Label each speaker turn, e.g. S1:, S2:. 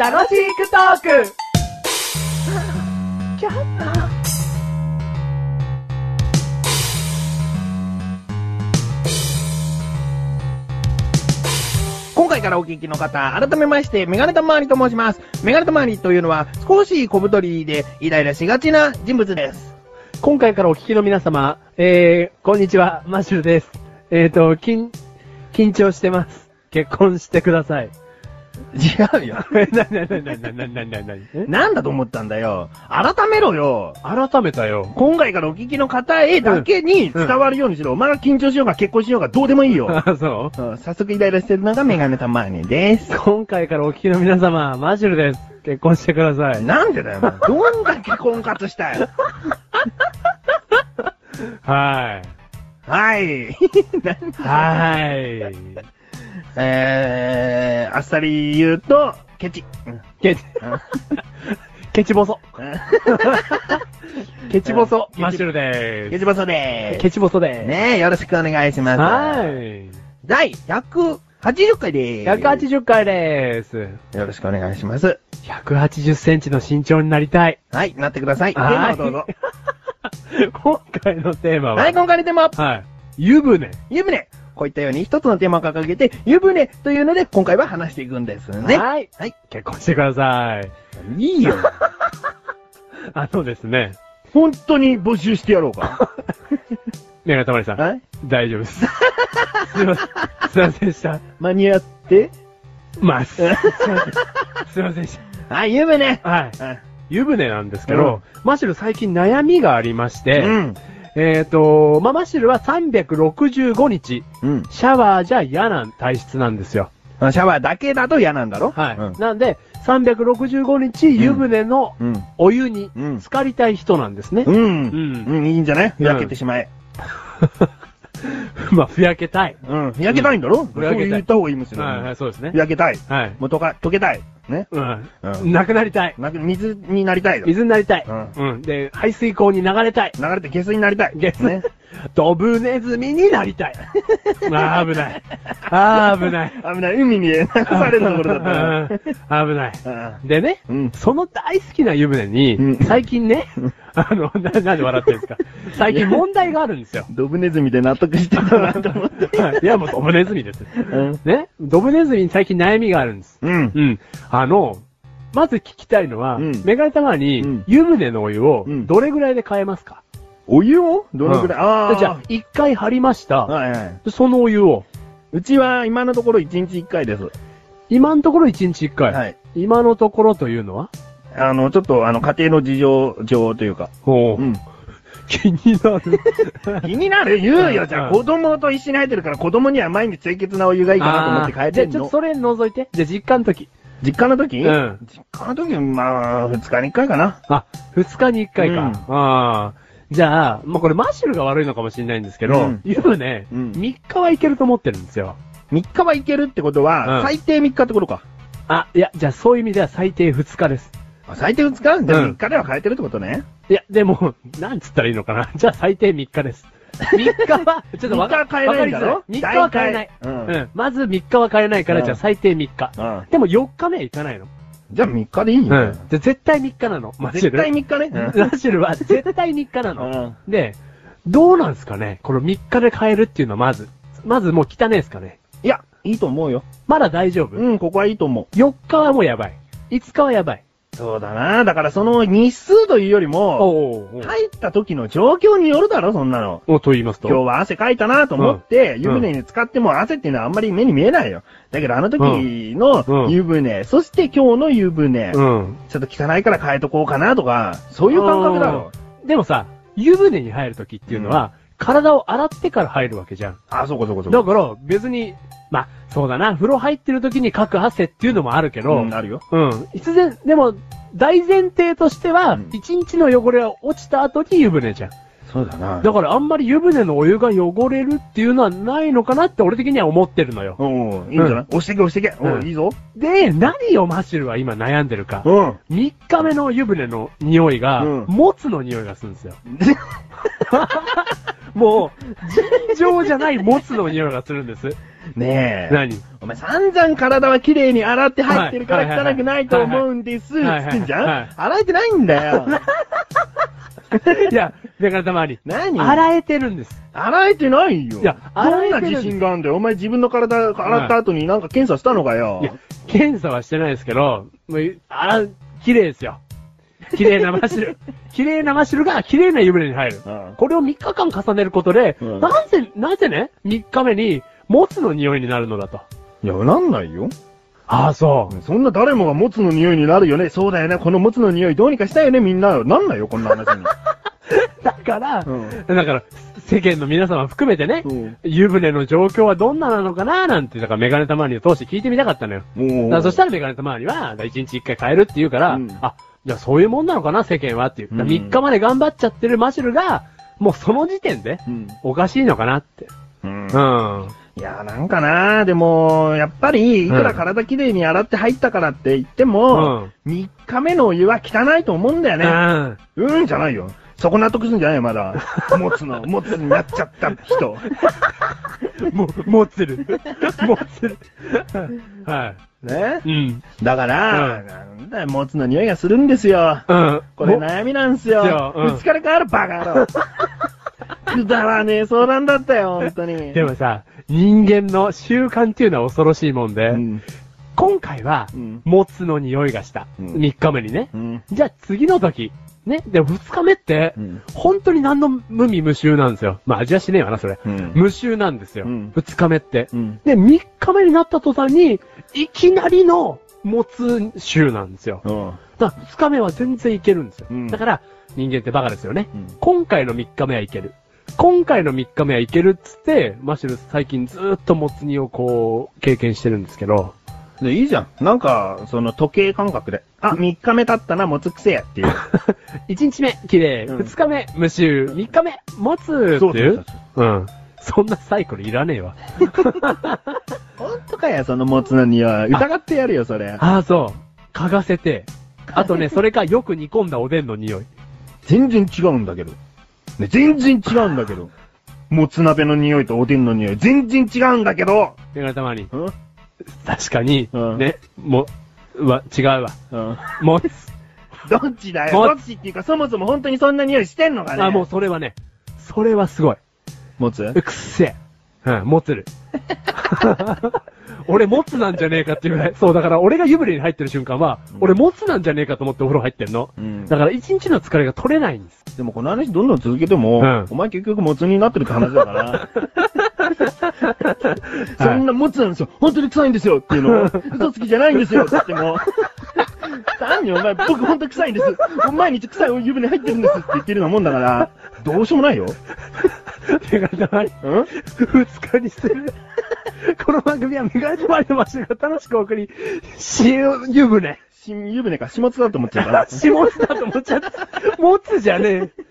S1: 楽しくトーク
S2: 今回からお聞きの方、改めまして、メガネタマーリと申します。メガネタマーリというのは、少し小太りでイライラしがちな人物です。
S3: 今回からお聞きの皆様、えー、こんにちは、マシュルです。えっ、ー、と、緊、緊張してます。結婚してください。
S2: 違うよ。
S3: え、なになになになになになになになにえ
S2: なんだと思ったんだよ。改めろよ。
S3: 改めたよ。
S2: 今回からお聞きの方へだけに伝わるようにしろ。お前が緊張しようが結婚しようがどうでもいいよ。
S3: あ、そう
S2: うん早速イライラしてるのがメガネタマーニです。
S3: 今回からお聞きの皆様、マシュルです。結婚してくださ い。
S2: なんでだよ、お前 どんだけ婚活したい
S3: は
S2: はい。 なん
S3: い。はーい。
S2: えー、あっさり言うと、ケチ。うん
S3: ケチ、ケチボソ。ケチボソ、
S2: うん
S3: マシュルで
S2: ケ
S3: す。
S2: チボソで
S3: ケ
S2: ー
S3: チボソ
S2: す。
S3: で。
S2: ねえ、よろしくお願いしますす。は
S3: は
S2: い。
S3: ーい。
S2: 第180回でーす。
S3: 180回でーす。
S2: よろしくお願いします。
S3: 180センチの身長になりたい。
S2: はい、なってください。テーマ
S3: は
S2: を
S3: い
S2: どうぞ。
S3: 今回のテーマは、
S2: はい、今回のテーマは、
S3: はい。湯船。
S2: 湯船。こういったように一つのテーマを掲げて、湯船というので、今回は話していくんですね。
S3: はい。
S2: はい。
S3: 結婚してください。
S2: いいよ。
S3: あのですね、
S2: 本当に募集してやろうか。
S3: ねえ、たまりさん。
S2: はい。
S3: 大丈夫です。すいません。すいませんで した。
S2: 間に合って。
S3: ます。すいません。すいませんでし
S2: はい、湯船。
S3: た。はい。
S2: はい
S3: 湯船なんですけど、マシュル最近悩みがありまして、
S2: うん。
S3: えっ、と、まあ、マシュルは365日、
S2: うん。
S3: シャワーじゃ嫌な体質なんですよ。
S2: シャワーだけだと嫌なんだろ
S3: はい。
S2: うん
S3: なんで、365日湯船の
S2: うん。
S3: お湯に
S2: うん
S3: 浸かりたい人なんですね。
S2: うん。
S3: うん
S2: うん、いいんじゃないふ
S3: うん
S2: やけてしまえ。
S3: まあ、ふやけたい。
S2: うん。ふやけたいんだろそ
S3: ふ
S2: う
S3: やけたい
S2: 言った方がいいむしろ。
S3: はい、はい、そうですね
S2: ふ。やけたい。
S3: はい。
S2: もうとか、溶けたい。ね。
S3: うん。
S2: うん。
S3: なくなりたい。
S2: な水になりたいよ。
S3: 水になりたい。
S2: う
S3: うん。で、排水口に流れたい。
S2: 流れて下水になりたい。
S3: 下水
S2: ね。
S3: ドブネズミにな りたい。あー危ない。あー危ない。
S2: 危ない。海に流されるところだっ
S3: うん危ない。
S2: たな。
S3: でね、
S2: うん。
S3: その大好きな湯船
S2: うん。
S3: に、最近ね、あの、な、 なんで笑ってるんですか最近問題があるんですよ
S2: ドブネズミで納得してたなと思って。
S3: いや、もうドブネズミです。
S2: うん。
S3: ね、ドブネズミに最近悩みがあるんです。
S2: うん。
S3: うん。あの、まず聞きたいのは、
S2: うん
S3: メガネたま
S2: うん
S3: に湯船のお湯を
S2: うん
S3: どれぐらいで買えますか、
S2: お湯をどのくらいああ。
S3: じゃあ、一回張りました。
S2: はいはい。
S3: そのお湯を、
S2: うちは今のところ1日1回です。
S3: 今のところ一日一回、
S2: はい。
S3: 今のところというのは
S2: あの、ちょっと、あの、家庭の事情上というか。
S3: ほう、
S2: うん。
S3: 気になる。
S2: 気になる言うよ。じゃあ、
S3: うん
S2: 子供と一緒に入ってるから、子供には毎日清潔なお湯がいいかなと思って変え
S3: じゃ
S2: て
S3: あ
S2: ん
S3: ちょっ
S2: の。
S3: とそれ除いて。じゃあ実家の時。
S2: 実家の時、
S3: うん
S2: 実家の時、まあ、二日に一回かな。
S3: あ、二日に一回か。
S2: うん
S3: ああ。じゃあ、まあ、これマッシュルが悪いのかもしれないんですけ
S2: う
S3: ど
S2: ん、
S3: 湯船、
S2: うん
S3: 三日はいけると思ってるんですよ。
S2: 三日はいけるってことは、
S3: うん
S2: 最低三日ってことか。
S3: あ、いや、じゃあそういう意味では最低二日です。
S2: あ最低二日じゃあ
S3: うん
S2: 3日では変えてるってことね。
S3: いや、でも、 なんつったらいいのかな。 じゃあ最低3日です。3日は、ちょっとわか
S2: 三日は変えないんだろ
S3: わかりづらい3日は変えな
S2: 大
S3: い。
S2: 体
S3: うん。まず3日は変えないから、
S2: うん
S3: じゃあ最低3日。
S2: うん。
S3: でも4日目はいかないの。
S2: じゃあ3日でいいよ。
S3: じゃあ絶対3日なの。マシ
S2: 絶
S3: ュル。
S2: 対3日ね。
S3: マシュルは絶対3日な
S2: う
S3: の。
S2: ん。
S3: で、どうなんですかねこの3日で変えるっていうのはまず。まずもう汚いですかね。
S2: いや、いいと思うよ。
S3: まだ大丈夫。
S2: うん、ここはいいと思う。
S3: 4日はもうやばい。5日はやばい。
S2: そうだな。だからその日数というよりも、
S3: おうおう
S2: 入った時の状況によるだろ、そんなの。
S3: おうと言いますと。
S2: 今日は汗かいたなと思って、
S3: ん
S2: 湯船に使っても汗っていうのはあんまり目に見えないよ。だけどあの時の
S3: うん
S2: 湯船、そして今日の湯船、
S3: うん。
S2: ちょっと汚いから変えとこうかなとか、そういう感覚だろ。
S3: でもさ、湯船に入るときっていうのは、体を洗ってから入るわけじゃん。
S2: あ、そうかそうかそうか。
S3: だから、別に、まあ、そうだな、風呂入ってるときにかく汗っていうのもあるけど、う
S2: うんん、。あるよ。
S3: 必然、でも、大前提として
S2: う
S3: は
S2: ん、
S3: 一、日の汚れは落ちた後に湯船じゃん。
S2: そうだな。
S3: だからあんまり湯船のお湯が汚れるっていうのはないのかなって俺的には思ってるのよ。
S2: おういいんじゃない、
S3: うん
S2: 押してけ押してけ。おう
S3: うん
S2: いいぞ。
S3: で、何をマシュルは今悩んでるか。
S2: うん。
S3: 3日目の湯船の匂いが、
S2: うん
S3: もつの匂いがするんですよ。 もう、尋常じゃないもつの匂いがするんです。
S2: ねえ。
S3: 何
S2: お前散々体は綺麗に洗って入ってるか
S3: はいはいは
S2: ら
S3: い
S2: 汚くないと思うんです。つ
S3: はいはい
S2: ってんじゃん、
S3: はい
S2: 洗えてないんだ よ。
S3: いや、メガネたまに。
S2: 何
S3: 洗えてるんです。
S2: 洗えてないよ。
S3: いや
S2: どん
S3: 洗え
S2: な
S3: てる
S2: 自信があるんだよ。お前自分の体洗った後になんか検査したのかよ。
S3: いや、検査はしてないですけど、もう、洗う、綺麗ですよ。綺麗なマ シル。綺麗なマシルが綺麗な湯船に入る。
S2: うん
S3: これを3日間重ねることで、
S2: うん
S3: なぜ、なぜね、3日目に、モツの匂いになるのだと。
S2: いや、なんないよ。
S3: ああ、そ
S2: そんな誰もが持つの匂いになるよね。そうだよね。この持つの匂いどうにかしたいよね、みんな。なんないよ、こんな話に。
S3: う。だから、
S2: うん
S3: だから、世間の皆様含めてね、
S2: うん
S3: 湯船の状況はどんななのかななんて、だからメガネたまわりを通して聞いてみたかったのよ。
S2: も
S3: だからそしたらメガネたまわりは、1日1回変えるって言うから、
S2: うん
S3: あ、じゃあそういうもんなのかな、世間はっていう。
S2: うん
S3: 3日まで頑張っちゃってるマシュルが、もうその時点で、
S2: うん。
S3: おかしいのかなって。
S2: うん
S3: うん。
S2: いやーなんかなー、でも、やっぱり、いくら体きれいに洗って入ったからって言っても、3日目のお湯は汚いと思うんだよ
S3: う
S2: ね。
S3: ん。
S2: うーんじゃないよ。そこ納得するんじゃないよ、ま だ。持つの、持つになっちゃった人。
S3: も、もうつる。 もうつる。は
S2: ね
S3: い。うん。
S2: だから、
S3: うん
S2: なんだよ、持つの匂いがするんですよ。
S3: うん。
S2: これ
S3: も
S2: 悩みなんす
S3: じゃあ
S2: よ。
S3: うん
S2: うちから帰る、バカ野郎。くだらねえ相談だったよ、本当に。
S3: でもさ、人間の習慣っていうのは恐ろしいもんで、
S2: うん、
S3: 今回は
S2: うん、
S3: もつの匂いがした。
S2: うん
S3: 3日目にね。
S2: うん、
S3: じゃあ次の時、ね。で、2日目って
S2: うん、
S3: 本当に何の無味無臭なんですよ。まあ味はしねえわな、それ。
S2: うん
S3: 無臭なんですよ。
S2: うん
S3: 2日目って。
S2: うん。
S3: で、3日目になった途端に、いきなりの、もつ臭なんですよ。
S2: うん。
S3: だから2日目は全然いけるんですよ。
S2: うん
S3: だから、人間ってバカですよね。
S2: うん
S3: 今回の3日目はいける。今回の3日目はいけるっつって、マシュル最近ずーっともつ煮をこう、経験してるんですけど。
S2: で、いいじゃん。なんか、その時計感覚で。あ、3日目経ったな、もつくせやっていう。
S3: 1日目、綺麗。
S2: うん
S3: 2日目、無臭。3日目、も つ
S2: そう
S3: ってい
S2: そううそう。
S3: うん。そんなサイクルいらねえわ。
S2: ほんとかや、そのもつのには。疑ってやるよ、それ。
S3: ああ、そう。嗅がせて。あとね、それかよく煮込んだおでんの匂い。
S2: 全然違うんだけど。ね、全然違うんだけど。 もつ鍋の匂いとおでんの匂い、全然違うんだけど
S3: だからたまに、
S2: うんうん
S3: 確かに、
S2: うん
S3: ね、も、うわ、違うわ。もつ。
S2: どっちだ
S3: も
S2: よどっちっていうか、そもそも本当にそんな匂いしてんのかね
S3: あ、もうそれはね、それはすごい。
S2: もつ
S3: くっせえ。うん、もつる。 俺、もつなんじゃねえかっていうぐらい。そう、だから俺が湯船に入ってる瞬間は、俺、もつなんじゃねえかと思ってお風呂入ってんの。
S2: うん
S3: だから一日の疲れが取れないんです。
S2: でもこの話どんどん続けても、
S3: うん
S2: お前結局もつになってるって話だから。そんなもつなんですよ。本当に臭いんですよっていうのを、嘘つきじゃないんですよって言っても。単にお前、僕本当に臭いんです。毎日臭いお湯船入ってるんですって言ってるようなもんだから、どうしようもないよ。
S3: メガネたまり、
S2: うん
S3: 二日にする。 この番組はメガネたまりの場所が楽しくお送り、し、湯船。
S2: 新湯船か、下津だと思っちゃうから。
S3: 下津だと思っちゃった。もつじゃねえ。